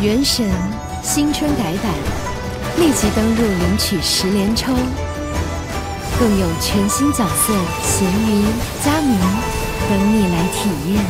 原神新春改版，立即登录领取十连抽，更有全新角色咸鱼、佳明等你来体验。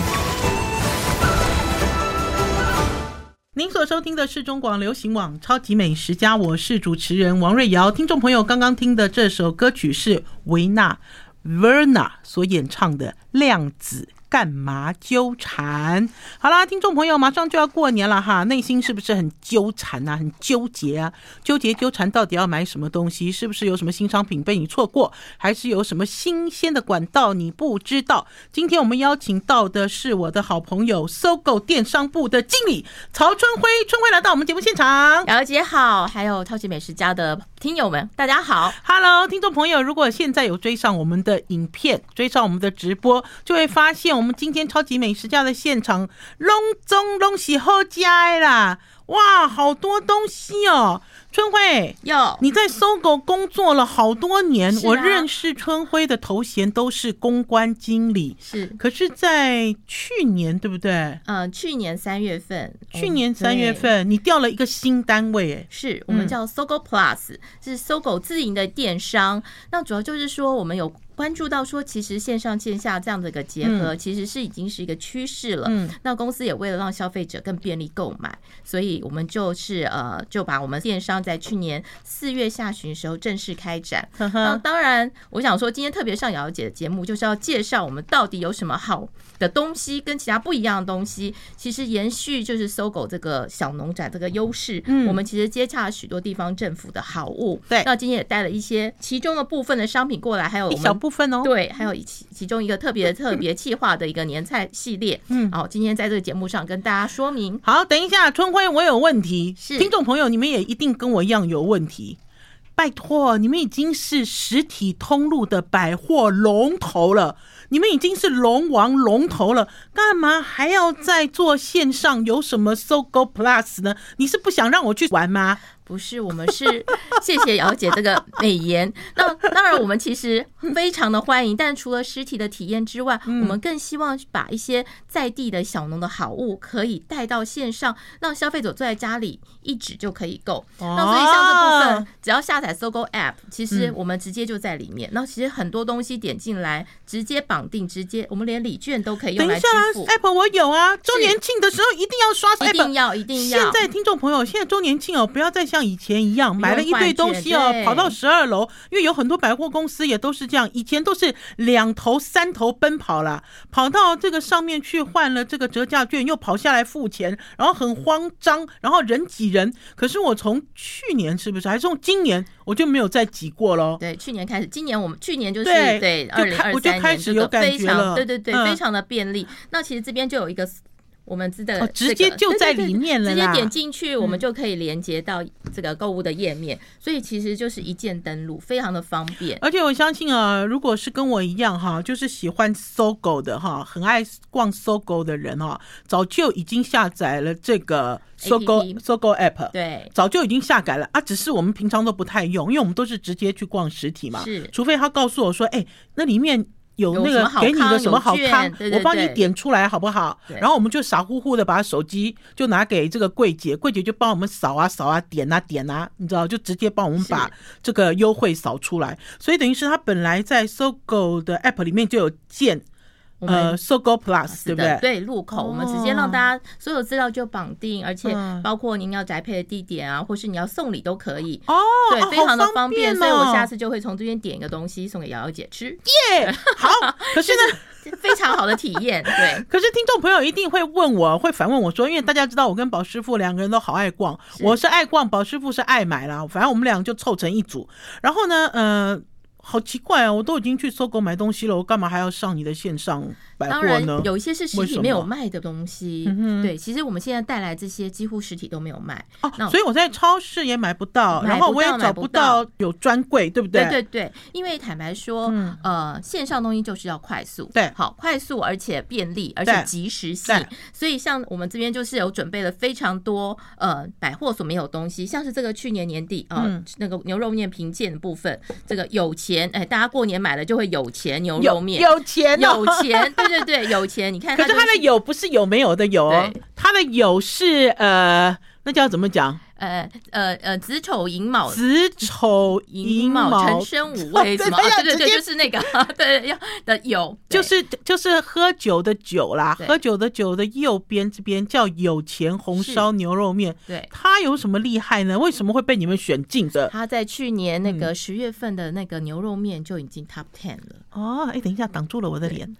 您所收听的是中广流行网《超级美食家》，我是主持人王瑞瑶。听众朋友，刚刚听的这首歌曲是维纳 （Verna） 所演唱的《量子干嘛纠缠》。好啦，听众朋友，马上就要过年了哈，内心是不是很纠缠啊？很纠结啊？纠结纠缠到底要买什么东西？是不是有什么新商品被你错过？还是有什么新鲜的管道你不知道？今天我们邀请到的是我的好朋友搜狗电商部的经理曹春辉，春辉来到我们节目现 场。瑶姐好，还有超级美食家的听友们，大家好。 Hello，听众朋友，如果现在有追上我们的影片，追上我们的直播，就会发现我们今天超级美食家的现场隆中隆喜后家啦！哇，好多东西哦，春辉。哟，你在搜狗工作了好多年，是啊我认识春辉的头衔都是公关经理，是可是，在去年对不对？嗯、呃去年三月份，去年嗯三月。对份，你调了一个新单位，哎，是我们叫搜狗 Plus，、是搜狗自营的电商。那主要就是说，我们有关注到说，其实线上线下这样的一个结合，其实是已经是一个趋势了。嗯，那公司也为了让消费者更便利购买，所以我们就是呃，就把我们电商在去年四月下旬的时候正式开展。呵那呵，当然，我想说，今天特别上瑶姐的节目，就是要介绍我们到底有什么好的东西，跟其他不一样的东西。其实延续就是搜狗这个小农展这个优势，嗯我们其实接洽了许多地方政府的好物。对那今天也带了一些其中的部分的商品过来，还有我一们小部分哦。对，还有一其其中一个特别特别企划的一个年菜系列。嗯好，今天在这个节目上跟大家说明。好，等一下，春辉，我有问题，是听众朋友，你们也一定跟我一样有问题。拜托，你们已经是实体通路的百货龙头了，你们已经是龙王龙头了，干嘛还要再做线上？有什么搜狗 Plus 呢？你是不想让我去玩吗？不是，我们是 谢谢姚姐这个美颜。那当然，我们其实非常的欢迎，但除了实体的体验之外，嗯我们更希望把一些在地的小农的好物可以带到线上，让消费者坐在家里一指就可以购。那所以像这部哦分，只要下载搜狗 App，其嗯实我们直接就在里面。那其实很多东西点进来，直接绑定，直接我们连礼券都可以等用来一支下啦付。 ，Apple 我有啊，周年庆的时候一定要刷一 Apple 定。要，一定要！现在听众朋友，现在周年庆哦，不要再像以前一样买了一堆东西换哦券，对跑到十二楼，因为有很多百货公司也都是这样，以前都是两头三头奔跑啦，跑到这个上面去换了这个折价券，又跑下来付钱，然后很慌张，然后人挤人。可是我从去年是不是，还是从今年，我就没有再挤过喽。对，去年开始，今年我们去年就是对对就二零开二我就三开年始这有个感非觉常了对对对、嗯非常的便利。那其实这边就有一个我们自的、哦直接就在里面了这个对对对啦嗯直接点进去我们就可以连接到这个购物的页面，所以其实就是一键登录，非常的方便。而且我相信啊，如果是跟我一样哈，就是喜欢搜狗的哈，很爱逛搜狗的人哈，早就已经下载了这个搜狗 APP 搜狗 app，对，早就已经下载了啊，只是我们平常都不太用，因为我们都是直接去逛实体嘛，是除非他告诉我说，哎、那里面。有有那什个么好给你的康什么有好券康，对我对帮你对点出来好不好？对然后我们就傻乎乎的把手机就拿给这个柜姐，柜姐就帮我们扫啊扫啊点啊点啊，你知道，就直接帮我们是把这个优惠扫出来。所以等于是他本来在搜狗的 app 里面就有建我们呃搜狗 plus，对是不的对？哦对入口，我们直接让大家所有资料就绑定，而且嗯包括您要宅配的地点啊，或是你要送礼都可以。哦，对，哦非好常的方便，所以哦我下次就会从这边点一个东西送给瑶瑶姐吃，耶好。可是呢，非常好的体验。 对，可是听众朋友一定会问我，会反问我说，因为大家知道我跟宝师傅两个人都好爱逛，是我是爱逛，宝师傅是爱买啦，反正我们俩就凑成一组。然后呢，呃。好奇怪啊！我都已经去搜狗买东西了，我干嘛还要上你的线上百当货然呢？有一些是实为什体么没有卖的东西嗯哼。对，其实我们现在带来这些几乎实体都没有卖。那哦，我所以我在超市也买不到，买然后不我也到买找不不到有专柜，对不对？对对，因为坦白说，嗯呃，线上东西就是要快速，对好快速，而且便利，而对且及时性对。所以像我们这边就是有准备了非常多呃百货所没有东西，像是这个去年年底啊、呃嗯那个牛肉面评鉴的部分，这个有钱哎，大家过年买了就会有钱牛有肉面。有钱哦有钱，对对对，有钱！你 看可它是就，他的有不是有没有的有哦对，他的有是呃那叫怎么讲？呃呃呃，子丑寅卯。子丑寅卯，辰申午未什么？对啊呀 对对直对，接就是那个， 对要的 有，对就是就是喝酒的酒啦，对喝酒的酒的右边这边叫有钱红是烧牛肉面，对。它有什么厉害呢？为什么会被你们选进的？他在去年那个十月份的那个牛肉面就已经 top ten 了，哦，哎，等一下，挡住了我的脸，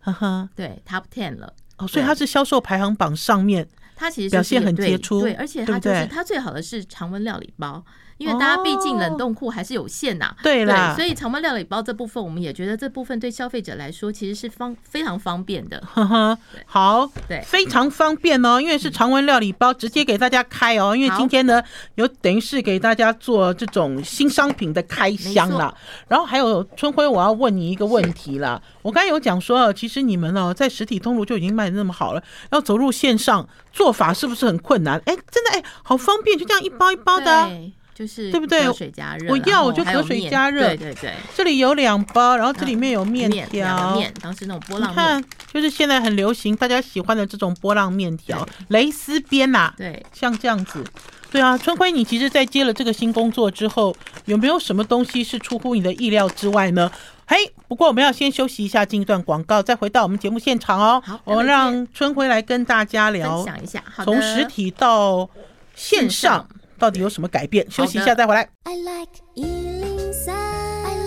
哈哈。对 top ten 了。哦，所以对它是销售排行榜上面，他其实就是表现很对杰出对，而且对他不就是对他最好的是常温料理包，因为大家毕竟冷冻库还是有限呐、对啦，所以常温料理包这部分，我们也觉得这部分对消费者来说其实是方非常方便的。呵呵，嗯好，对非常方便哦，因为是常温料理包，直接给大家开哦。因为嗯好今天呢，有等于是给大家做这种新商品的开箱啦。然后还有春辉，我要问你一个问题啦。我刚才有讲说，其实你们哦，在实体通路就已经卖的那么好了，要走入线上做法是不是很困难？哎，真的哎，好方便，就这样一包一包的啊、对，就是对不对隔水加热，我要然后我就还有隔水面加热对对对，这里有两包，然后这里面有面面两条，个啊面，当时那种波你浪面，看，就是现在很流行，大家喜欢的这种波浪面条，蕾丝边啊呐、对。像这样子。对啊，春辉，你其实，在接了这个新工作之后，有没有什么东西是出乎你的意料之外呢？嘿，不过我们要先休息一下，进一段广告，再回到我们节目现场哦。好我们让春辉来跟大家分聊，享一下，好的从实体到线线上上到底有什么改变？休息一下好的再回来。 I like Ealing Sound. I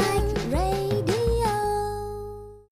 like radio.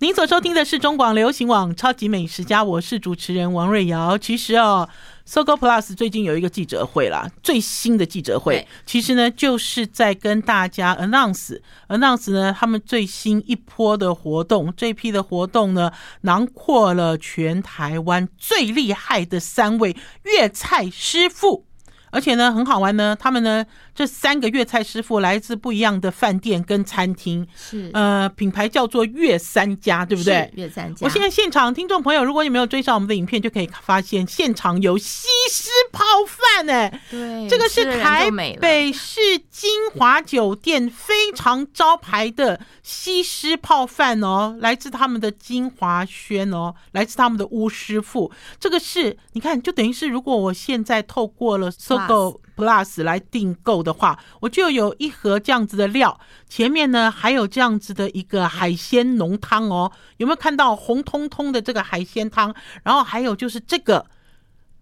您所收听的是中广流行网《超级美食家》，我是主持人王瑞瑶。其实哦，搜狗 Plus 最近有一个记者会啦，最新的记者会对，其实呢就是在跟大家 announce announce 呢他们最新一波的活动，这一批的活动呢囊括了全台湾最厉害的三位粤菜师傅。而且呢，很好玩呢。他们呢，这三个粤菜师傅来自不一样的饭店跟餐厅，是呃，品牌叫做月三家，对不对是？越战家，我现在现场听众朋友，如果你没有追上我们的影片，就可以发现现场有西施泡饭哎、对这个是吃了人台就美了北市金华酒店非常招牌的西施泡饭哦，来自他们的金华轩哦，来自他们的巫师傅。这个是你看，就等于是如果我现在透过了搜狗 Plus 来订购的话，我就有一盒这样子的料，前面呢还有这样子的一个海鲜浓汤哦，有没有看到红彤彤的这个海鲜汤？然后还有就是这个。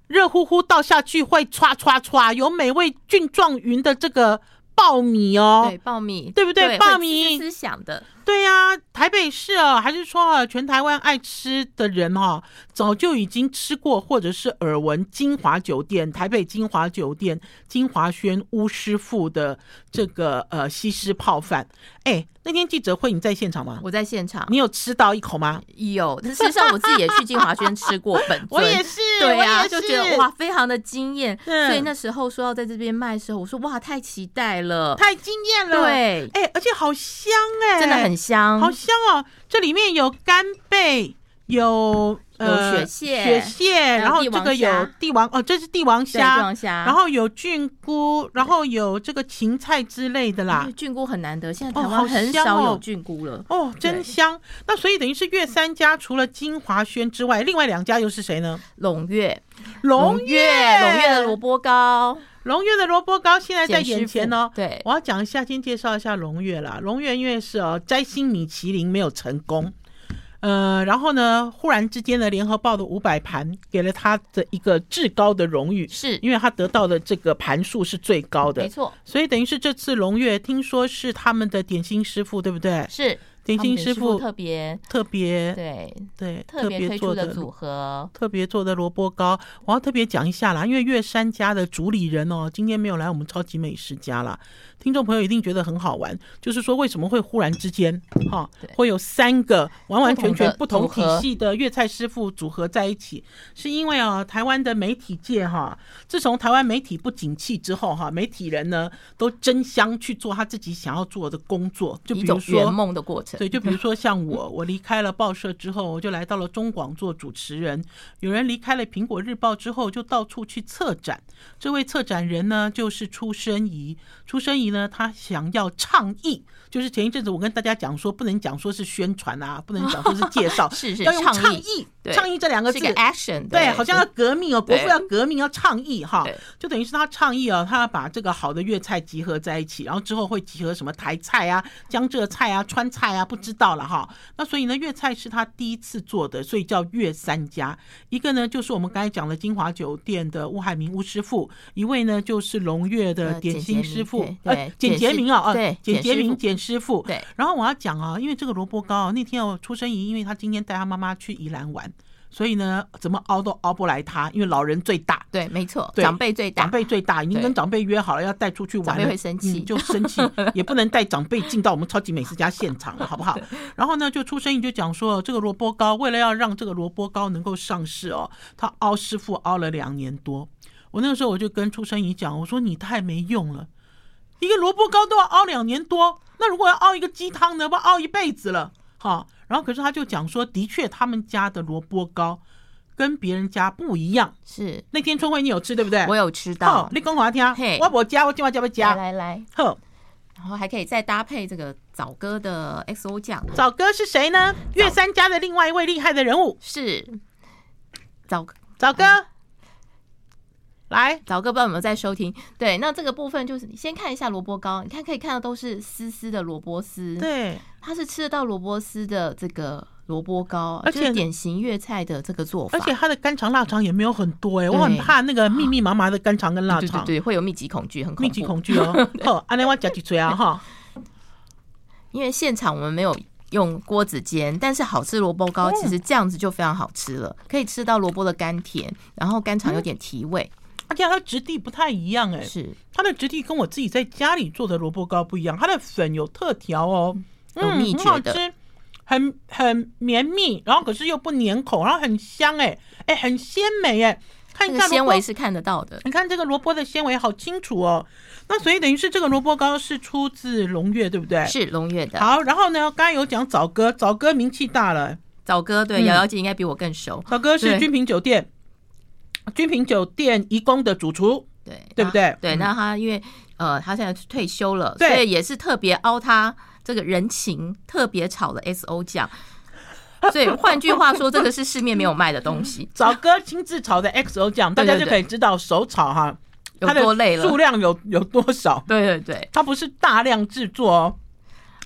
热乎乎倒下去会歘歘歘，有美味菌状云的这个爆米哦对。爆米，对不对对？爆会米滋滋响的，对呀、台北市哦，还是说啊，全台湾爱吃的人哈、哦，早就已经吃过或者是耳闻金华酒店、台北金华酒店、金华轩巫师傅的这个呃西施泡饭。哎，那天记者会你在现场吗？我在现场你有吃到一口吗？有，但事实上我自己也去金华轩 吃过本尊，我也是，对啊呀、就觉得哇，，非常的惊艳。嗯所以那时候说要在这边卖的时候，我说哇，太期待了，太惊艳了。，对，哎，而且好香哎，真的很香，好香哦！这里面有干贝，有呃有雪蟹雪蟹，有然后帝这王个有虾帝王哦，这是帝王对帝虾王，虾，然后有菌菇，然后有这个芹菜之类的因啦为。菌菇很难得，现在啊哦台好湾很香少哦有菌菇了。哦，真对香！那所以等于是粤三家除了金华轩之外，另外两家又是谁呢？龙月，龙月，龙月的萝卜糕，龙月的萝卜糕现在在简师眼前傅哦。对我要讲一下，先介绍一下龙月啦。龙月因为是哦，摘星米其林没有成功，呃，然后呢，忽然之间呢，联合报的五百盘给了他的一个至高的荣誉，是因为他得到的这个盘数是最高没的，错，所以等于是这次龙月听说是他们的点心师傅，对不对？是点他们心的师傅特别特别对对特别推做出的的组合，特别做的萝卜糕，我要特别讲一下啦，因为月山家的主理人哦，今天没有来我们超级美食家啦，听众朋友一定觉得很好玩，就是说为什么会忽然之间哈对会有三个完完全全不不同同体的系的粤菜师傅组合在一起，是因为啊、台湾的媒体界哈，自从台湾媒体不景气之后哈，媒体人呢都争相去做他自己想要做的工作，就比一如种说圆梦的过程。的。，对，就比如说像我，我离开了报社之后，我就来到了中广做主持人。有人离开了苹果日报之后，就到处去策展。这位策展人呢，就是出生仪。出生仪呢，他想要倡议，就是前一阵子我跟大家讲说，不能讲说是宣传啊，不能讲说是介绍是 是哦要用倡倡议议，对倡议这两个是字一个 action，对，好像要革命哦，国哎对父要革命，要倡议哈对，就等于是他倡议哦，他要把这个好的粤菜集合在一起，然后之后会集合什么台菜啊、江浙菜啊、川菜啊，不知道了哈。那所以呢，粤菜是他第一次做的，所以叫粤三家。一个呢就是我们刚才讲了金华酒店的吴海明吴师傅，一位呢就是龙悦的呃点简心洁师明傅对，呃对，简简洁师明啊，啊对，简简洁师明傅简师傅，对然后我要讲啊，因为这个萝卜糕啊，那天哦，出生姨，因为她今天带她妈妈去宜兰玩，所以呢，怎么熬都熬不来她，因为老人最大。对，没错，对长辈最大，长辈最大，已经对跟长辈约好了要带出去玩了，长辈会生气嗯就生 气，也不能带长辈进到我们超级美食家现场了，好不好？然后呢，就出生意就讲说，这个萝卜糕为了要让这个萝卜糕能够上市哦，他熬师傅熬了两年多。我那个时候我就跟出生姨讲，我说你太没用了，一个萝卜糕都要熬两年多，那如果要熬一个鸡汤呢，不熬一辈子了，哈。然后可是他就讲说，的确他们家的萝卜糕跟别人家不一样。是那天春慧你有吃对不对？我有吃好到，，你讲我听嘿，我无加，我今晚加不来加？来来，好，然后还可以再搭配这个枣哥的 XO 酱，枣哥是谁呢？岳三家的另外一位厉害的人物，是枣哥。枣哥，来，枣哥不知道有没有在收听？对，那这个部分就是你先看一下萝卜糕，你看可以看到都是丝丝的萝卜丝，，对，它是吃得到萝卜丝的这个萝卜糕，而且就是典型粤菜的这个做法，而且他的干肠腊肠也没有很多哎，对我很怕那个密密麻麻的干肠跟腊对对肠，对，会有密集恐惧，很恐怖密集恐惧哦。好，安尼我加几嘴啊哈，因为现场我们没有用锅子煎，但是好吃萝卜哦糕其实这样子就非常好吃了，可以吃到萝卜的甘甜，然后甘肠有点提味，而且它的质地不太一样哎，是它的质地跟我自己在家里做的萝卜糕不一样，它的粉有特调哦，有秘嗯很好诀的。吃很很绵密，然后可是又不粘口，然后很香哎哎，很鲜美哎。看这一个下纤萝卜维是看得到的，你看这个萝卜的纤维好清楚哦，那所以等于是这个萝卜糕是出自龙月，对不对？。是龙月的。好，然后呢，刚才有讲枣哥，枣哥名气大了，枣哥对嗯瑶瑶姐应该比我更熟，枣哥是对君品酒店，君品酒店移工的主厨，对对不对那对，嗯那他因为呃，他现在退休了，对所以也是特别凹他这个人情，特别炒的 S O 酱。所以换句话说，这个是市面没有卖的东 西，枣哥亲自炒的 XO 酱，大家对对就可以知道手炒哈，有它的多累了数。量有有多少，对对对，它不是大量制作哦，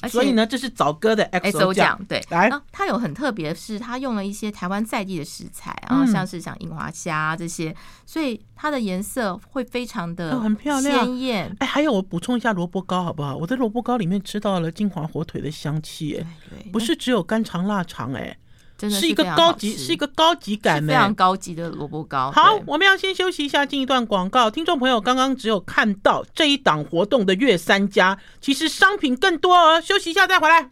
而且所以呢，这是枣哥的 S O XO 酱酱，，对，来啊，它有很特别的是，它用了一些台湾在地的食材啊，嗯像是像樱花虾啊这些，所以它的颜色会非常的哦很漂亮鲜艳。哎，还有我补充一下萝卜糕好不好？我在萝卜糕里面吃到了金华火腿的香气，哎对，对，不是只有干肠腊肠，哎，嗯真的是一非个常高好级，吃是一个高级感是呢、非常高级的萝卜糕。好对，我们要先休息一下，进一段广告。听众朋友刚刚只有看到这一档活动的月三家，其实商品更多哦。休息一下再回来。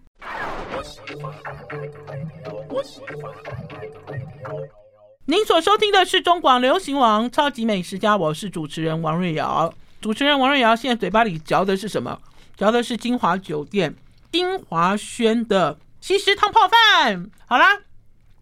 您所收听的是中广流行网《超级美食家》，我是主持人王瑞瑶。主持人王瑞瑶现在嘴巴里嚼的是什么？嚼的是金华酒店丁华轩的西施汤泡饭。好啦，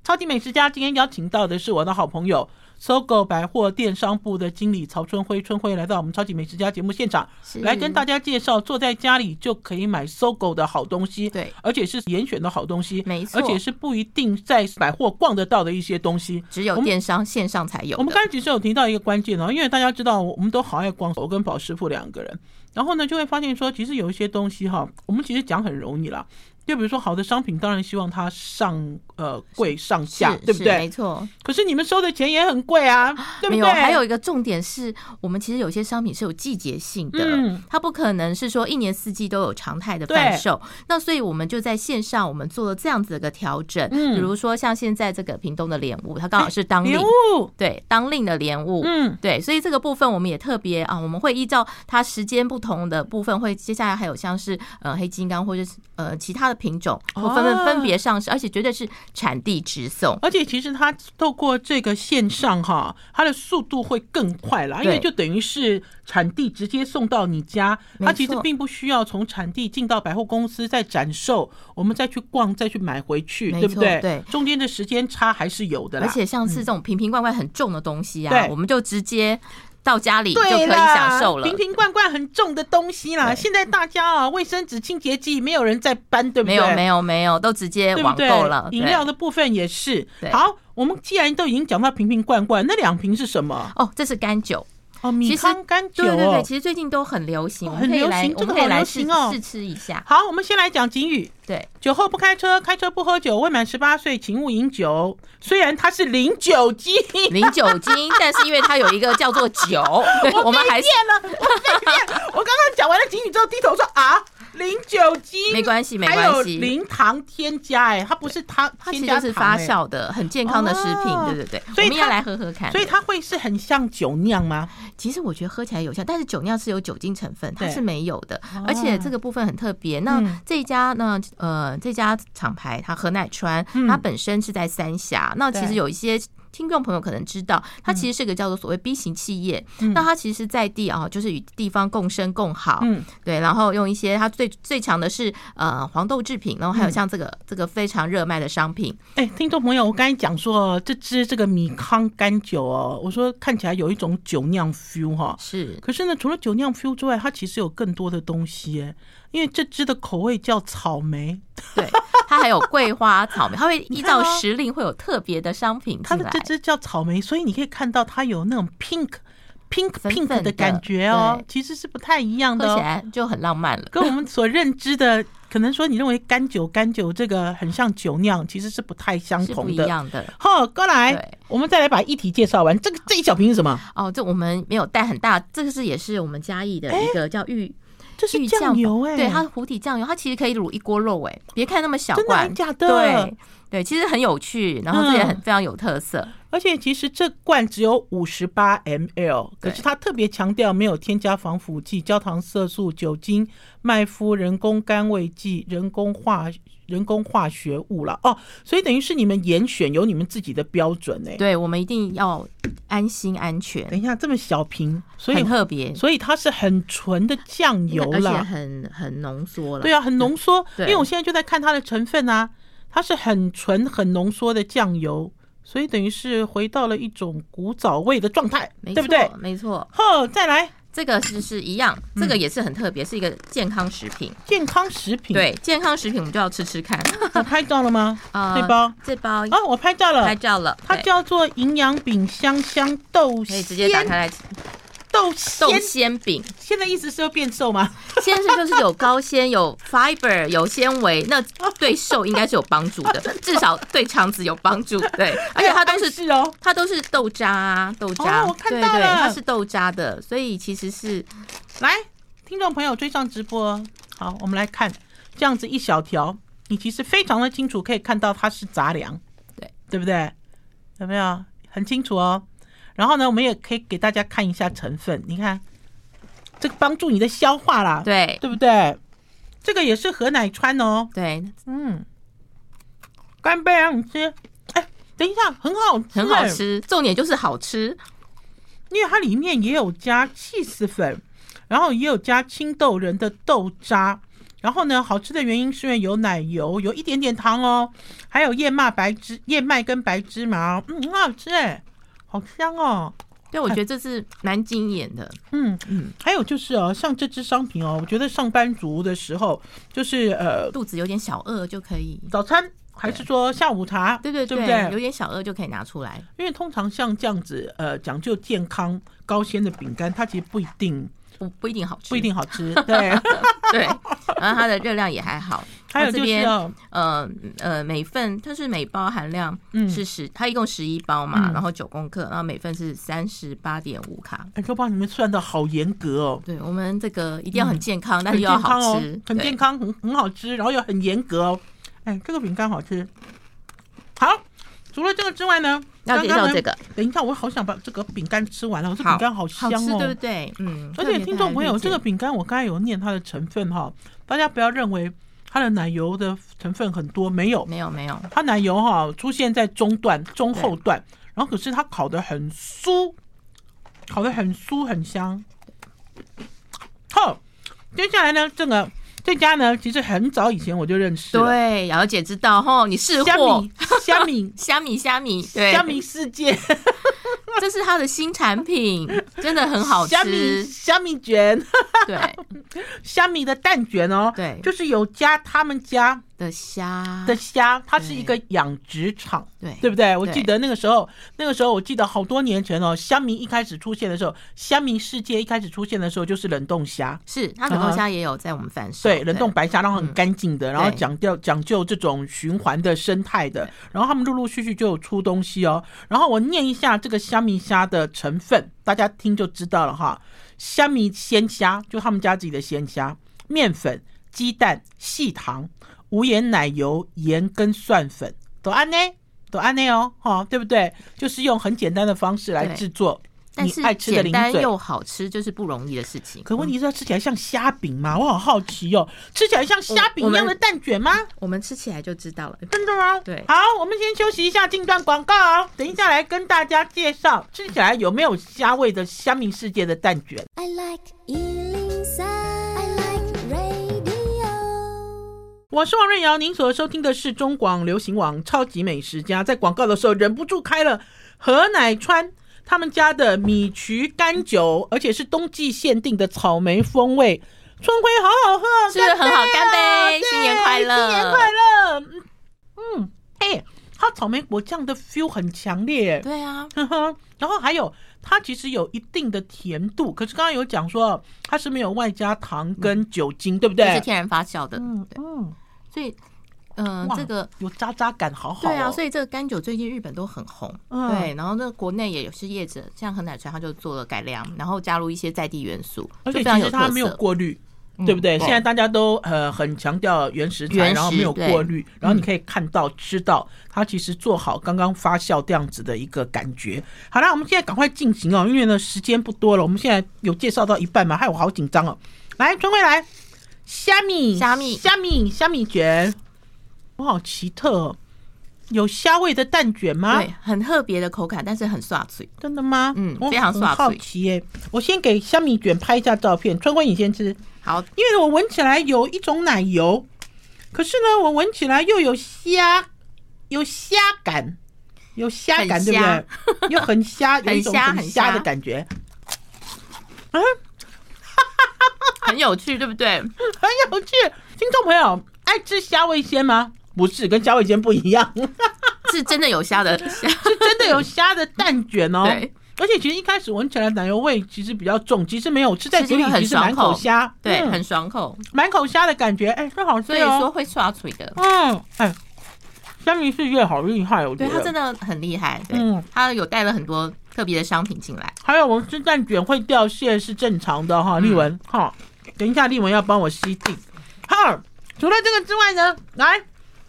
超级美食家今天邀请到的是我的好朋友搜狗百货电商部的经理曹春辉，春辉来到我们超级美食家节目现场，是来跟大家介绍坐在家里就可以买搜狗的好东西，对而且是严选的好东西，没错而且是不一定在百货逛得到的一些东西。只有我们电商线上才有的。我们刚才其实有提到一个关键哦，因为大家知道，我我们都好爱逛，我跟宝师傅两个人，然后呢就会发现说，其实有一些东西哈，我们其实讲很容易啦。就比如说好的商品，当然希望它上呃贵上架，是对不是对没？错，可是你们收的钱也很贵啊，对不没对？有。还有一个重点是我们其实有些商品是有季节性的，嗯它不可能是说一年四季都有常态的贩售。那所以我们就在线上，我们做了这样子的一个调整，嗯哎比如说像现在这个屏东的莲雾，它刚好是当令莲，雾，对当令的莲雾，嗯，对，所以这个部分我们也特别啊，我们会依照它时间不同的部分，会接下来还有像是呃黑金刚或者是呃其他的品种哦会纷纷分别上市，而且绝对是产地直送。而且其实它透过这个线上哈，它的速度会更快啦，因对为就等于是产地直接送到你家，它没其实错并不需要从产地进到百货公司再展售，我们再去逛再去买回去，没对不错对？对中间的时间差还是有的啦。嗯而且像是这种瓶瓶罐罐很重的东西啊，对我们就直接到家里就可对以啦享受了瓶。瓶罐罐很重的东西啦。对现在大家啊，卫生纸、清洁剂没有人在搬，对不对？没有没有没有，都直接对不网对购了。？饮对料的部分也是。对好，我们既然都已经讲到瓶瓶罐罐，那两瓶是什么？哦，这是干酒。哦，米其实糠干酒、哦。对对对，其实最近都很流行，哦我们可以来很流行，我这们个可以好来流试行哦试吃一下。好，我们先来讲警语：对，酒后不开车，开车不喝酒，未满十八岁请勿饮酒。虽然它是零酒精， 零酒精，但是因为它有一个叫做酒，对我们还是我刚刚讲完了警语之后，低头说啊，零酒精，没关系没还有关系。零糖添加、哎，它不是糖，它其添实加就是发糖哎。酵的，很健康的食品，哦对对对。所以我们要它来喝喝看。所以它会是很像酒酿吗？其实我觉得喝起来有效，但是酒酿是有酒精成分，它对是没有的，哦而且这个部分很特别。嗯那这一家呢，呃，这家厂牌它河乃川，嗯它本身是在三峡，那其实对有一些。听众朋友可能知道，它其实是个叫做所谓 B 型企业，嗯那它其实在地啊，就是与地方共生共好，嗯，对，然后用一些它最最强的是呃黄豆制品，然后嗯还有像这个、这个非常热卖的商品，哎、听众朋友，我刚才讲说哦这支这个米糠干酒哦，我说看起来有一种酒酿 feel 哈、是可是呢，除了酒酿 feel 之外，它其实有更多的东西耶，因为这支的口味叫草莓，对，它还有桂花、草莓，它会你依照看哦时令会有特别的商品它的进来这。支叫草莓，所以你可以看到它有那种 pink pink 粉粉 pink 的的感觉哦对，其实是不太一样的喝起哦，来就很浪漫了。跟我们所认知的，可能说你认为干酒干酒这个很像酒酿，其实是不太相是不同一的。样的好，过来对，我们再来把议题介绍完。这个这一小瓶是什么？哦，这我们没有带很大，这个是也是我们嘉义的一个叫玉，这哎是玉酱油哎、吧对，它是湖底酱油，它其实可以卤一锅肉哎，别看那么小真的罐，还假的对对，其实很有趣，然后这也很嗯非常有特色，而且其实这罐只有五十八 ml，可对是它特别强调没有添加防腐剂、焦糖色素、酒精、麦麸、人工甘味剂、人工化人工化学物了哦，所以等于是你们严选有你们自己的标准哎、对我们一定要安心安全，等一下，这么小瓶，所以很特别，所以它是很纯的酱油而且啦，很很浓缩了，对啊，很浓缩。因对为我现在就在看它的成分啊，它是很纯、很浓缩的酱油，所以等于是回到了一种古早味的状态，没对不对错？没错，呵，再来这个是是一样，这个也是很特别，是一个健康食品，健康食品，，对，健康食品我们就要吃吃看，哦我拍照了 吗？啊，这包 这包啊，我拍照了拍。照了，它对叫做营养饼香香豆可鲜以直接打开来吃。豆豆鲜，鲜饼，现在意思是要变瘦吗？先是就是有高纤、 有 fiber、有纤维，那对瘦应该是有帮助 的，至少对肠子有帮助。对，哎而且它都是是哦，它都是豆渣啊，豆渣，哦我看对到对，了它是豆渣的，所以其实是来，听众朋友追上直播，哦好，我们来看这样子一小条，你其实非常的清楚，可以看到它是杂粮，对对不对？有没有很清楚哦？然后呢，我们也可以给大家看一下成分，你看这个帮助你的消化啦，对对不对？这个也是河奶川哦，对，嗯，干杯啊，你吃。哎，等一下，很好吃，很好哎，吃。重点就是好吃，因为它里面也有加 cheese 粉，然后也有加青豆仁的豆渣。然后呢，好吃的原因是因为有奶油，有一点点糖哦，还有燕麦白芝燕麦跟白芝麻，嗯，很好吃哎，好香哦。对我觉得这是蛮惊艳的。嗯嗯，还有就是哦，像这支商品哦，我觉得上班族的时候，就是呃，肚子有点小饿就可以，早餐还是说下午茶，对对对对，不有点小饿就可以拿出来。因为通常像这样子，呃，讲究健康高纤的饼干，它其实不一定不不一定好吃，不一定好 吃。对，对， 然后它的热量也还好。还有那就这是边要呃呃，每份它是每包含量嗯是十、它一共十一包嘛，嗯然后九公克，然后每份是三十八点五卡。哎，周爸，你们算的好严格哦，对我们这个一定要很健康，但很是又要健康好哦吃，，很健康。康，很很好吃，然后又很严格哦。哎，这个饼干好吃。好，除了这个之外呢，要刚介刚绍呢这个，等一下，我好想把这个饼干吃完了，哦这好饼干好好香吃，对不哦。对？嗯，而特且别听众大家朋友，推荐这个饼干我刚才有念它的成分哈，大家不要认为它的奶油的成分很多，没有，没有没有，它奶油哈、出现在中段、中后段，然后可是它烤的很酥，烤的很酥很香。好，接下来呢，这个这家呢，其实很早以前我就认识了，对，瑶姐知道吼，你是虾货米，虾米虾米虾米， 对，虾米世界， 这是它的新产品，真的很好虾米吃，虾米卷， 对虾米的蛋卷哦，对就是有加他们家的虾的虾，它是一个养殖场。对对不对？我对记得那个时候，那个时候我记得好多年前哦，虾米一开始出现的时候，虾米世界一开始出现的时候就是冷冻虾，是它冷冻虾也有在我们贩售，对，冷冻白虾，然后很干净的，然后嗯对讲究讲究这种循环的生态的，然后他们陆陆续续就有出东西哦。然后我念一下这个虾米虾的成分，大家听就知道了哈。虾米鲜虾就他们家自己的鲜虾，面粉、鸡蛋、细糖、无盐奶油、盐跟蒜粉，都安呢，都安呢哦，哈、对不对？就是用很简单的方式来对制作但你是爱吃的简零单嘴。又好吃，就是不容易的事情。可问题是它吃起来像虾饼吗？我好好奇哦，吃起来像虾饼一样的蛋卷吗？我们吃起来就知道了。真的吗？对好，我们先休息一下，进段广告、哦。等一下来跟大家介绍吃起来有没有虾味的虾米世界的蛋卷。 I like Ealing Sound. I like radio. 我是王瑞瑶，您所收听的是中广流行网《超级美食家》。在广告的时候忍不住开了何乃川他们家的米曲干酒，而且是冬季限定的草莓风味，春晖好好喝，是很好干干杯对啊新年快乐新年快乐。嗯嗯，哎、它草莓果酱的 feel 很强烈，对啊，呵呵，然后还有它其实有一定的甜度，可是刚刚有讲说它是没有外加糖跟酒精，对不这对是？天然发酵的，嗯对，嗯，所以，嗯、哇这个。有渣渣感，好好、哦。对啊，所以这个甘酒最近日本都很红，嗯对，然后那国内也有是业者，像恒奶茶，它就做了改良，然后加入一些在地元素，而就且非常其有实特它色。嗯没有过滤，对不对？对现在大家都呃很强调原食材，原然后始没有对嗯过滤，然后你可以看到、吃到它其实做好刚刚发酵这样子的一个感觉。好啦，我们现在赶快进行哦，因为呢时间不多了，我们现在有介绍到一半嘛，害我好紧张哦。来，春慧来，虾米，虾米虾米，虾米卷，我好奇特哦，有虾味的蛋卷吗？对，很特别的口感，但是很刷嘴。真的吗？嗯我非常很刷好嘴奇耶、我先给虾米卷拍一下照片，春慧你先吃。好，因为我闻起来有一种奶油，可是呢，我闻起来又有虾，有虾感，有虾感，很对不虾对？ 又很虾，有一种很虾很虾很的虾感觉，很有趣，对不对？很有趣。听众朋友，爱吃虾味鲜吗？不是，跟虾味鲜不一样， 是真的有虾的虾，是真的有虾的蛋卷哦。对而且其实一开始闻起来奶油味其实比较重，其实没有吃在其实嘴里，很其实爽满口口虾，对，嗯很爽口，满口虾的感觉，哎，真好吃所以说哦。会刷嘴的。嗯，哎，虾米世界好厉害，我觉对得他真的很厉害，对嗯，他有带了很多特别的商品进来。还有我们吃蛋卷会掉屑是正常的嗯哈，丽文哈。等一下，丽文要帮我吸地。好，除了这个之外呢，来，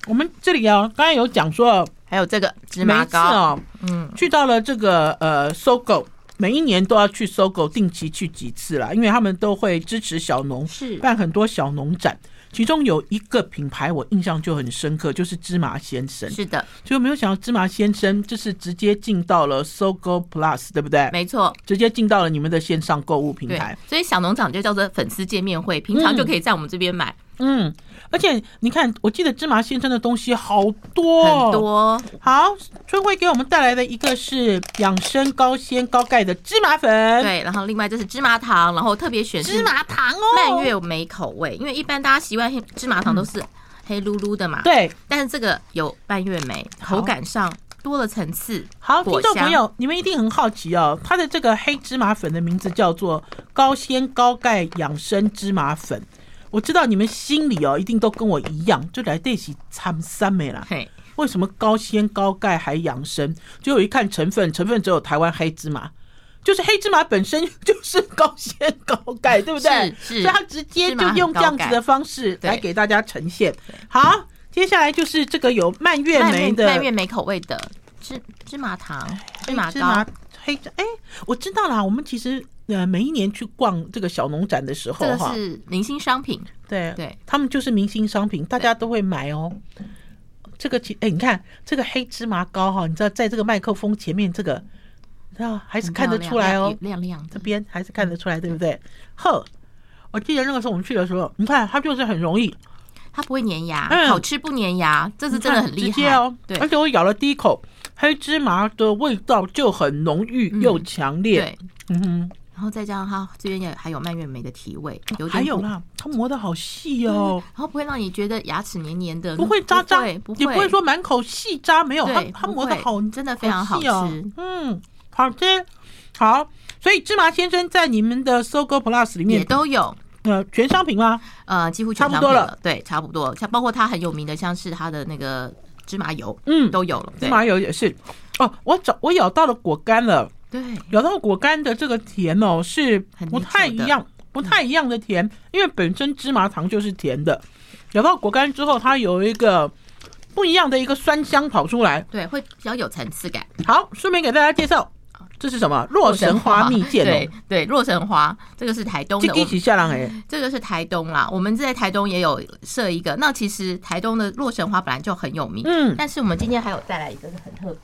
我们这里哦，刚才有讲说，还有这个芝每麻一次糕，哦，嗯，去到了这个呃搜狗，每一年都要去搜狗定期去几次啦，因为他们都会支持小农，是办很多小农展。其中有一个品牌我印象就很深刻，就是芝麻先生。是的，就没有想到芝麻先生就是直接进到了搜狗 Plus，对不对？没错。直接进到了你们的线上购物平对台。，所以小农场就叫做粉丝见面会，平常就可以在我们这边买嗯，而且你看，我记得芝麻先生的东西好多、哦，很。多好，春晖给我们带来的一个是养生高纤高钙的芝麻粉，，对，然后另外这是芝麻糖，然后特别选芝是麻糖哦，蔓越莓口味，因为一般大家习惯黑芝麻糖都是黑噜噜的嘛，，嗯对。但是这个有蔓越莓，好口感上多了层次，好，听果众朋香友，你们一定很好奇哦，它的这个黑芝麻粉的名字叫做高纤高钙养生芝麻粉。我知道你们心里哦，一定都跟我一样，就来这起参三美啦。嘿，为什么高纤高钙还养生？结果一看成分，成分只有台湾黑芝麻，就是黑芝麻本身就是高纤高钙，对不对？是是所以它直接就用这样子的方式对来给大家呈现。好，接下来就是这个有蔓越蔓莓越的蔓越莓口味的芝芝麻糖、芝麻哎黑芝糕麻，黑展，哎，我知道啦。我们其实呃，每一年去逛这个小农展的时候这，个哈，是明星商品，对对，他们就是明星商品，大家都会买哦。这个其哎，你看这个黑芝麻糕哈，你知道在这个麦克风前面这个，你知道还是很看得漂亮出来哦，亮亮亮这的。边还是看得出来，对不对？呵，我记得那个时候我们去的时候，你看它就是很容易，它不会粘牙，嗯好吃不粘牙，这是真的很厉直接害哦。对而且我咬了第一口，黑芝麻的味道就很浓郁嗯又强烈。对，嗯哼，然后再加上它这边也还有蔓越莓的提味，有还点有苦，嗯啦，它磨的好细哦，然后不会让你觉得牙齿黏黏的，不会渣渣，不也会，不不会说满口细渣，没有，它对它不磨的会好，真的非常好细哦吃。嗯，好吃，好。所以芝麻先生在你们的搜狗 Plus 里也面，都有，呃，全商品吗？呃，几乎差全不商多品了对，差不多，像包括它很有名的，像是它的那个芝麻油，嗯都有了，芝对麻油也是。哦，我找我咬到了果干了。对，咬到果干的这个甜哦，是很不理太解一的样，不太一样的甜，因为本身芝麻糖就是甜的，咬到果干之后，它有一个不一样的一个酸香跑出来。对，会比较有层次感。好，顺便给大家介绍，这是什么？洛哦神花蜜饯对哦，对，洛神花这个是台东这的，个我一起下浪哎，这个是台东啦，我们在台东也有设一个。那其实台东的洛神花本来就很有名，嗯但是我们今天还有再来一个很特别，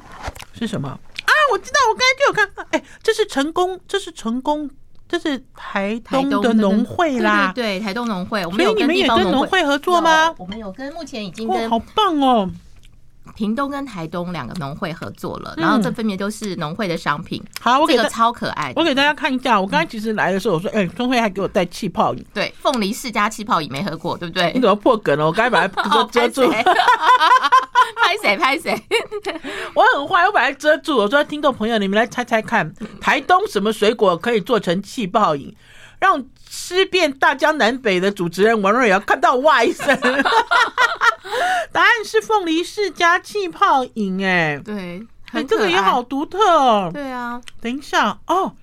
是什么啊？我知道，我刚才就有看到，哎，这是成功，这是成功，这是台台东的的农会啦。对对对，台东农会，我所们以有你们地也方跟农农会合作吗有？我们有跟目前已经哇，跟好棒哦！屏东跟台东两个农会合作了，嗯然后这分别都是农会的商品，好，我给这大个超可爱的我给大家看一下，我刚才其实来的时候，我说，哎、钟慧还给我带气泡饮，对，凤梨释迦气泡饮没喝过，对不对你？怎么破梗了？我刚才把 它哦，遮遮拍住，谁？拍谁？拍谁？ 我很坏，我把它遮住。我说，听众朋友，你们来猜猜看，台东什么水果可以做成气泡饮，让吃遍大江南北的主持人王瑞瑶看到哇一声。 答案是凤梨世家气泡饮、哎，对，哎，很这个可也爱好。独特哦。对啊，等一下哦，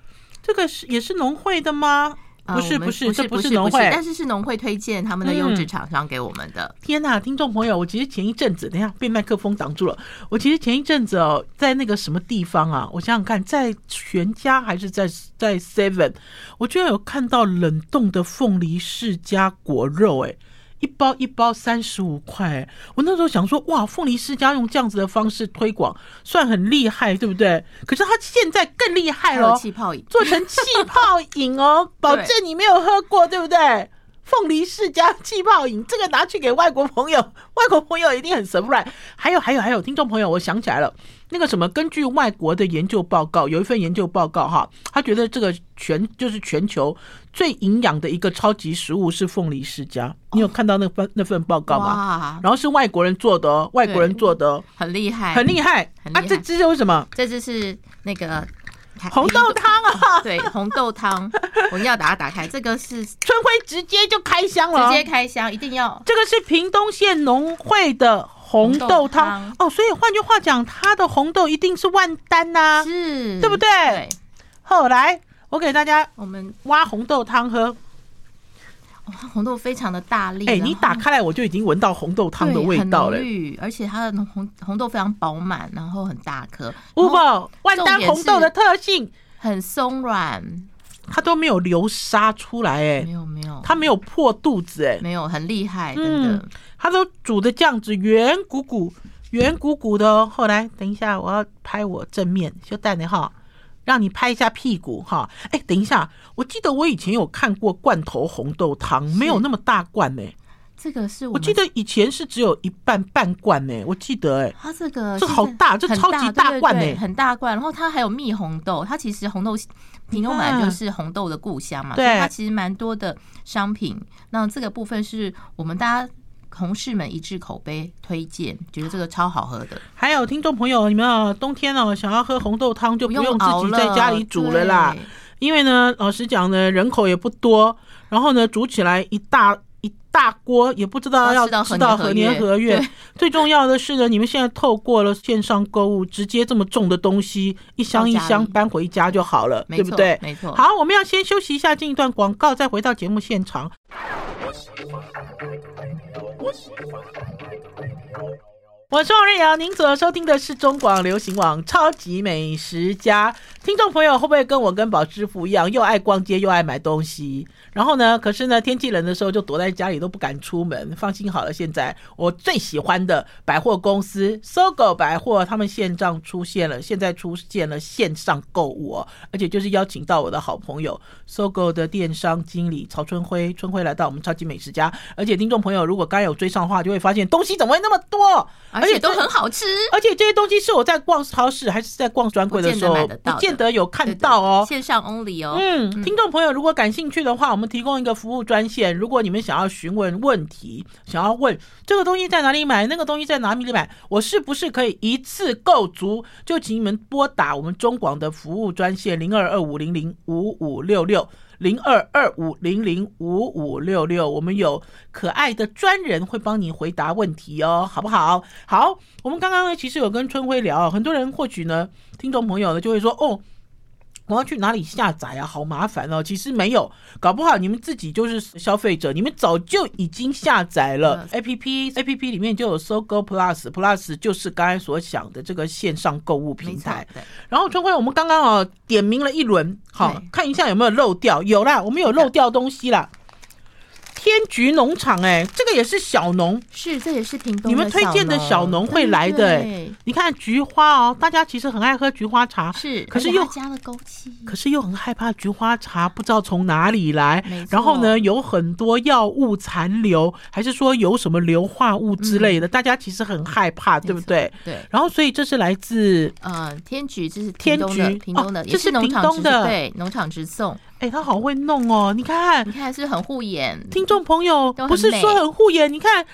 这个是也是农会的吗？呃不我是们啊不是，这不是是农不会，嗯但是是农会推荐他们的优质厂商给我们的。天呐，听众朋友，我其实前一阵子，等一下被麦克风挡住了。我其实前一阵子哦，在那个什么地方啊，我想想看，在全家还是在在 Seven，我居然有看到冷冻的凤梨世家果肉、哎，一包一包三十五块，哎，我那时候想说，哇，凤梨世家用这样子的方式推广，算很厉害，对不对？可是它现在更厉害还了有哦，气泡饮，做成气泡饮 哦，保证你没有喝过，对不对？凤梨世家气泡饮，这个拿去给外国朋友， 外国朋友一定很 surprise。还有还有还有，听众朋友，我想起来了，那个什么，根据外国的研究报告，有一份研究报告哈，他觉得这个全就是全球最营养的一个超级食物是凤梨世家。你有看到那份那份报告吗？哇，然后是外国人做的哦，外国人做的哦，很厉害，很厉害。害很厉啊！害这这是为什么？这就是那个台红豆汤啊！ 对，红豆汤，我们要把它打开。这个是直春晖直接就开箱了哦，接开箱，一定要这个是屏东县农会的红豆红豆汤汤哦，所以换句话讲，它的红豆一定是万丹呐、是，啊对不对对，后来我给大家我们挖红豆汤喝，哇，红豆非常的大力。哎、然后你打开来我就已经闻到红豆汤的对味道了很浓，郁，而且它的红红豆非常饱满，然后很大颗，五然后宝万丹红豆的特性，很松软，它都没有流沙出来、没哎，有没有，它没有破肚子、哎，没有很厉害，真嗯的。它都煮的这样子圆鼓鼓、圆鼓鼓的哦。后来等一下，我要拍我正面，就带你哈，让你拍一下屁股哈。哎、等一下，我记得我以前有看过罐头红豆汤，没有那么大罐呢、这个是我我们记得以前是只有一半半罐呢、我记得哎、它这个这是好大这很超级大对对罐对欸很大罐。然后它还有蜜红豆，它其实红豆屏东本来就是红豆的故乡嘛，对所以它其实蛮多的商品。那这个部分是我们大家同事们一致口碑推荐，觉得这个超好喝的，还有听众朋友，你们啊，冬天哦、想要喝红豆汤就不用自熬己了，在家里煮了啦。对因为呢，老实讲呢，人口也不多，然后呢，煮起来一大一大锅，也不知道要哦要吃到吃何到年何何年月何月对。 最重要的是呢，你们现在透过了线上购物，直接这么重的东西一箱一到家箱里搬回家就好了，没对错，不对？没错。，好，我们要先休息一下，进一段广告，再回到节目现场。我是王瑞瑶，您所收听的是中广流行网《超级美食家》。听众朋友会不会跟我跟宝师傅一样，又爱逛街又爱买东西？然后呢，可是呢，天气冷的时候就躲在家里都不敢出门。放心好了，现在我最喜欢的百货公司搜狗百货，他们线上出现了，现在出现了线上购物哦，而且就是邀请到我的好朋友搜狗的电商经理曹春辉，春辉来到我们超级美食家。而且听众朋友如果刚有追上的话，就会发现东西怎么会那么多，而且都这很好吃。而且这些东西是我在逛超市还是在逛专柜的时候，不见得买得到的不见得有看到哦对对。线上 only 哦，嗯，听众朋友如果感兴趣的话，我们提供一个服务专线。如果你们想要询问问题，想要问这个东西在哪里买，那个东西在哪里买，我是不是可以一次购足？就请你们拨打我们中广的服务专线零二二五零零五五六六。零二二五零零五五六六，我们有可爱的专人会帮你回答问题哦，好不好？好，我们刚刚呢，其实有跟春辉聊，很多人或许呢，听众朋友呢就会说，哦，我要去哪里下载啊？好麻烦哦。其实没有，搞不好你们自己就是消费者，你们早就已经下载嗯了 A P P A P P 里面就有搜狗 Plus Plus，就是刚才所想的这个线上购物没平错台。，对然后春辉，我们刚刚哦点名了一轮，好对看一下有没有漏掉？有啦，我们有漏掉东西啦。天菊农场、哎，这个也是小农，是这也是屏东你们推荐的小农会来的、哎对你看菊花哦，大家其实很爱喝菊花茶，是，可是而且它又加了枸杞，可是又很害怕菊花茶不知道从哪里来没，错然后呢有很多药物残留，还是说有什么硫化物之类的，大家其实很害怕，对不对？嗯对。然后所以这是来自，呃，天菊这是天屏东的菊屏东哦的，也这是农屏场东直的对农场直送，哎，他好会弄哦，你看你看是不是很护眼，听众朋友都很不是说很护眼，你看。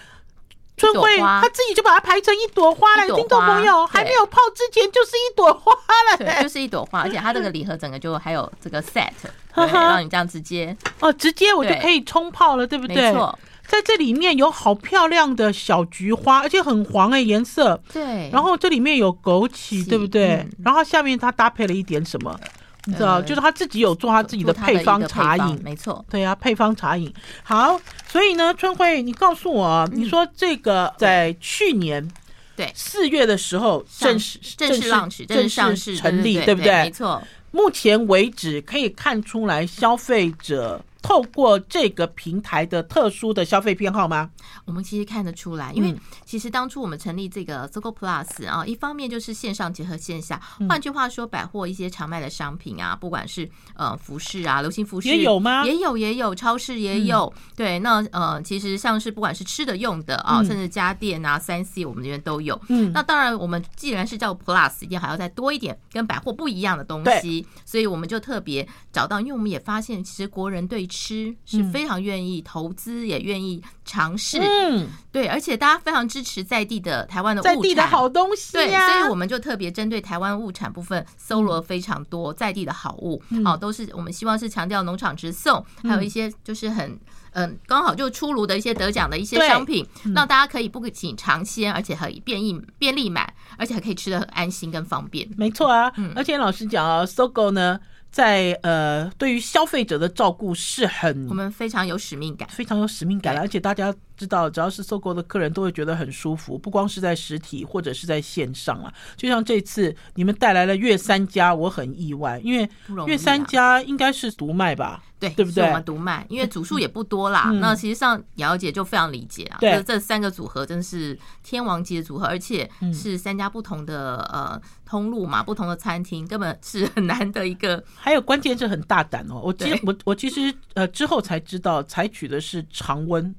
春朵慧花她自己就把它排成一朵花来，一朵听众朋友花还对没有泡之前就是一朵花了 对，就是一朵花，而且它这个礼盒整个就还有这个 set，哈 对，哈让你这样直接，哦，直接我就对可以冲泡了，对不没对？错，在这里面有好漂亮的小菊花，而且很黄哎、颜色。对，然后这里面有枸杞，杞对不对？嗯然后下面它搭配了一点什么，你知道，呃就是他自己有做他自己的做它的配方一个茶配方饮。没错，对啊，配方茶饮好，所以呢，春慧，你告诉我嗯啊，你说这个在去年对四月的时候上正式正式上市，正式上市，成立，对不没对？错，目前为止可以看出来，消费者透过这个平台的特殊的消费偏好吗？我们其实看得出来，因为嗯其实当初我们成立这个 Zogo Plus 啊，一方面就是线上结合线下，嗯换句话说，百货一些常卖的商品啊，不管是呃服饰啊、流行服饰也有吗也有，也有，超市也有。对，那呃，其实像是不管是吃的、用的啊，嗯甚至家电啊、三 C，我们这边都有。嗯那当然，我们既然是叫 Plus，一定还要再多一点跟百货不一样的东西，所以我们就特别找到，因为我们也发现，其实国人对吃是非常愿意投资，也愿意尝试，嗯，对，而且大家非常支持在地的台湾的物在产，地的好东西对，呀、嗯所以我们就特别针对台湾物产部分搜罗非常多在地的好物，好、都是我们希望是强调农场直送，还嗯有一些就是很。嗯，刚好就出炉的一些得奖的一些对嗯商品，让大家可以不仅尝鲜，而且很便宜便利买，而且还可以吃的很安心跟方便。没错啊，嗯而且老实讲啊，搜狗呢，在呃对于消费者的照顾是很我们非常有使命感，非常有使命感，对而且大家知道，只要是搜狗的客人都会觉得很舒服，不光是在实体或者是在线上啊。就像这次你们带来了月三家，我很意外，因为不容易啊月三家应该是独卖吧？对对不是我对们？独卖，因为组数也不多啦。嗯那其实上瑶瑶姐就非常理解啊，对这这三个组合真是天王级的组合，而且嗯是三家不同的呃通路嘛，不同的餐厅，根本是很难的一个还有关键是很大胆哦，我其对我我其实呃之后才知道，采取的是常温。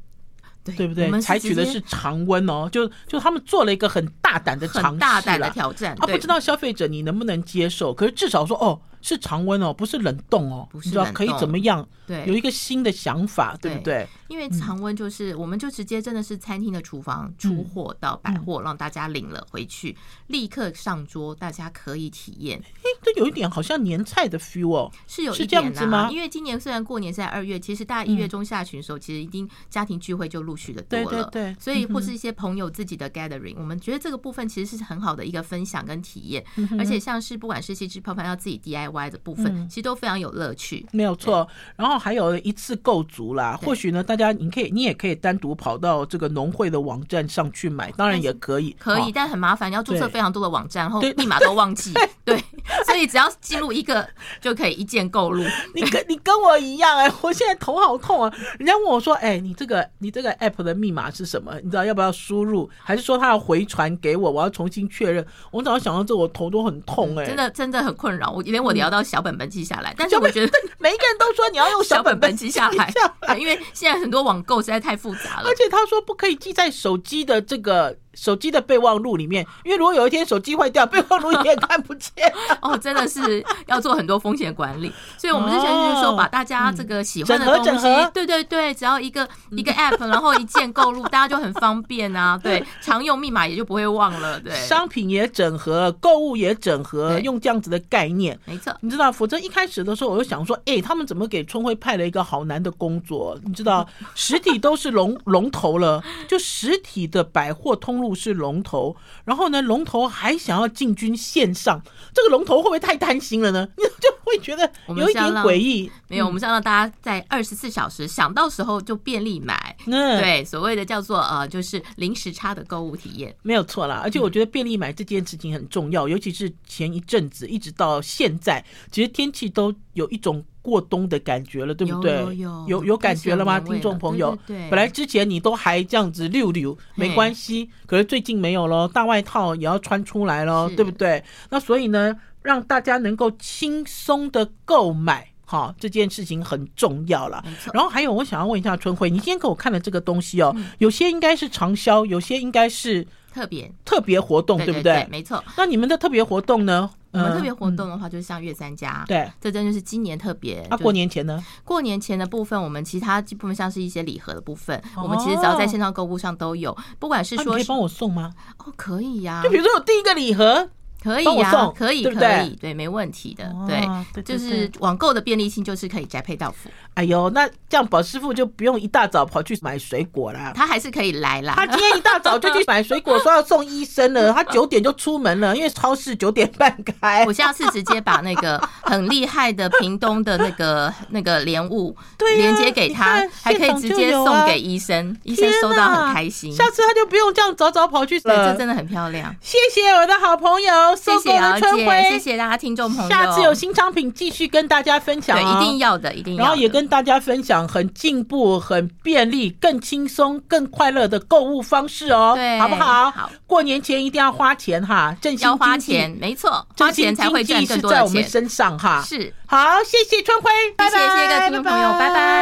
对对不我对？们采取的直是接常温哦，就就他们做了一个很大胆的尝试很大胆的啦挑战，啊，对不知道消费者你能不能接受，可是至少说哦，是常温哦，不是冷冻哦，不是你知道冷可以冻怎么样，有对，一个嗯新的想法，对哎不对？因为常温就是我们就直接真的是餐厅的厨嗯房出货到百货，让大家领了回去，立刻上桌，大家可以体验。哎，这有一点好像年菜的 feel 哦，是有是一这样点子啦、吗嗯因为今年虽然过年是在二月，其实大概一月中下旬的时候，其实已经家庭聚会就陆续的多对对了，对嗯所以或是一些朋友自己的 gathering，、我们觉得这个部分其实是很好的一个分享跟体验，而且像是不管是西汁泡饭要自己 DIY 的部分，嗯其实都非常有乐趣。没有错，然后还有一次购足啦，对或许呢，大家你可以，你也可以单独跑到这个农会的网站上去买，当然也可以，可以，哦。但很麻烦，要注册对非常多的网站，然后对密码都忘记。对，所以只要进入一个就可以一键购入。你跟你跟我一样哎、我现在头好痛啊！人家问我说，哎、你这个你这个 app 的密码是什么？你知道要不要输入？还是说他要回传给我？我要重新确认。我早上想到这，我头都很痛哎、嗯真的真的很困扰，我连我嗯聊到小本本记下来，但是小本我觉得每一个人都说你要用小本本本记下来哎下，来对因为现在很多网购实在太复杂了而。且他说不可以记在手机的这个手机的备忘录里面，因为如果有一天手机坏掉，备忘录你也看不见。哦，真的是要做很多风险管理，所以我们之前就是说，哦把大家这个喜欢的东整合整西合，嗯对对对，只要一个一个 app，然后一键购入，大家就很方便啊。对，常用密码也就不会忘了。 对，商品也整合，购物也整合，对用这样子的概念。没错。你知道，否则一开始的时候，我就想说，哎、他们怎么给春晖派了一个好难的工作？你知道，实体都是龙 龙头了，就实体的百货通路是龙头，然后呢，龙头还想要进军线上，这个龙头会不会太贪心了呢？ 你就会觉得我们有一是要点让诡异。没有，我们是要让大家在二十四小时想到时候就便利买，嗯，对，所谓的叫做呃，就是零时差的购物体验。没有错嗯啦，而且我觉得便利买这件事情很重要，尤其是前一阵子一直到现在，其实天气都有一种过冬的感觉了，对不对？有有有有感觉了吗，开始有年味听众朋友？对对对本来之前你都还这样子溜溜，没嘿关系，可是最近没有咯，大外套也要穿出来咯，是对不对？那所以呢，让大家能够轻松的购买。哈，这件事情很重要啦。没错然后还有，我想要问一下春慧，你今天给我看的这个东西嗯哦，有些应该是长销，有些应该是特别，特别活动，对不对？没错。那你们的特别活动呢？我们特别嗯活动的话，就是像月三家，对，这真就是今年特别。啊，就过年前呢？过年前的部分，我们其他部分像是一些礼盒的部分，哦我们其实只要在线上购物上都有，不管是啊、你说可以是帮我送吗？哦可以呀就，比如说我第一个礼盒，可以帮我呀送，可以对不可对以，对，没问题的哦，对对对，就是网购的便利性就是可以宅配到府，哎呦，那这样宝师傅就不用一大早跑去买水果啦。他还是可以来啦他。今天一大早就去买水果，说要送医生 了。他九点就出门了，因为超市九点半开我。下次直接把那个很厉害的屏东的那个 那个莲雾对呀连接给他你看，还可以现场直就接有送啊给医生，医生收到很开心。下次他就不用这样早早跑去对，了这。真的很漂亮。谢谢我的好朋友，谢搜狗谢姚的春姐，晖。谢谢大家听众朋友。下次有新商品继续跟大家分享、对，哦，一定要的，一定要的。然后也跟大家分享很进步、很便利、更轻松、更快乐的购物方式哦，对好不好？好过年前一定要花钱哈，振兴要花经济钱，，没错，花振兴钱才会经赚济更是多在的我们钱。身上哈。是，好，谢谢春晖，拜谢谢拜各位听众朋友，拜拜。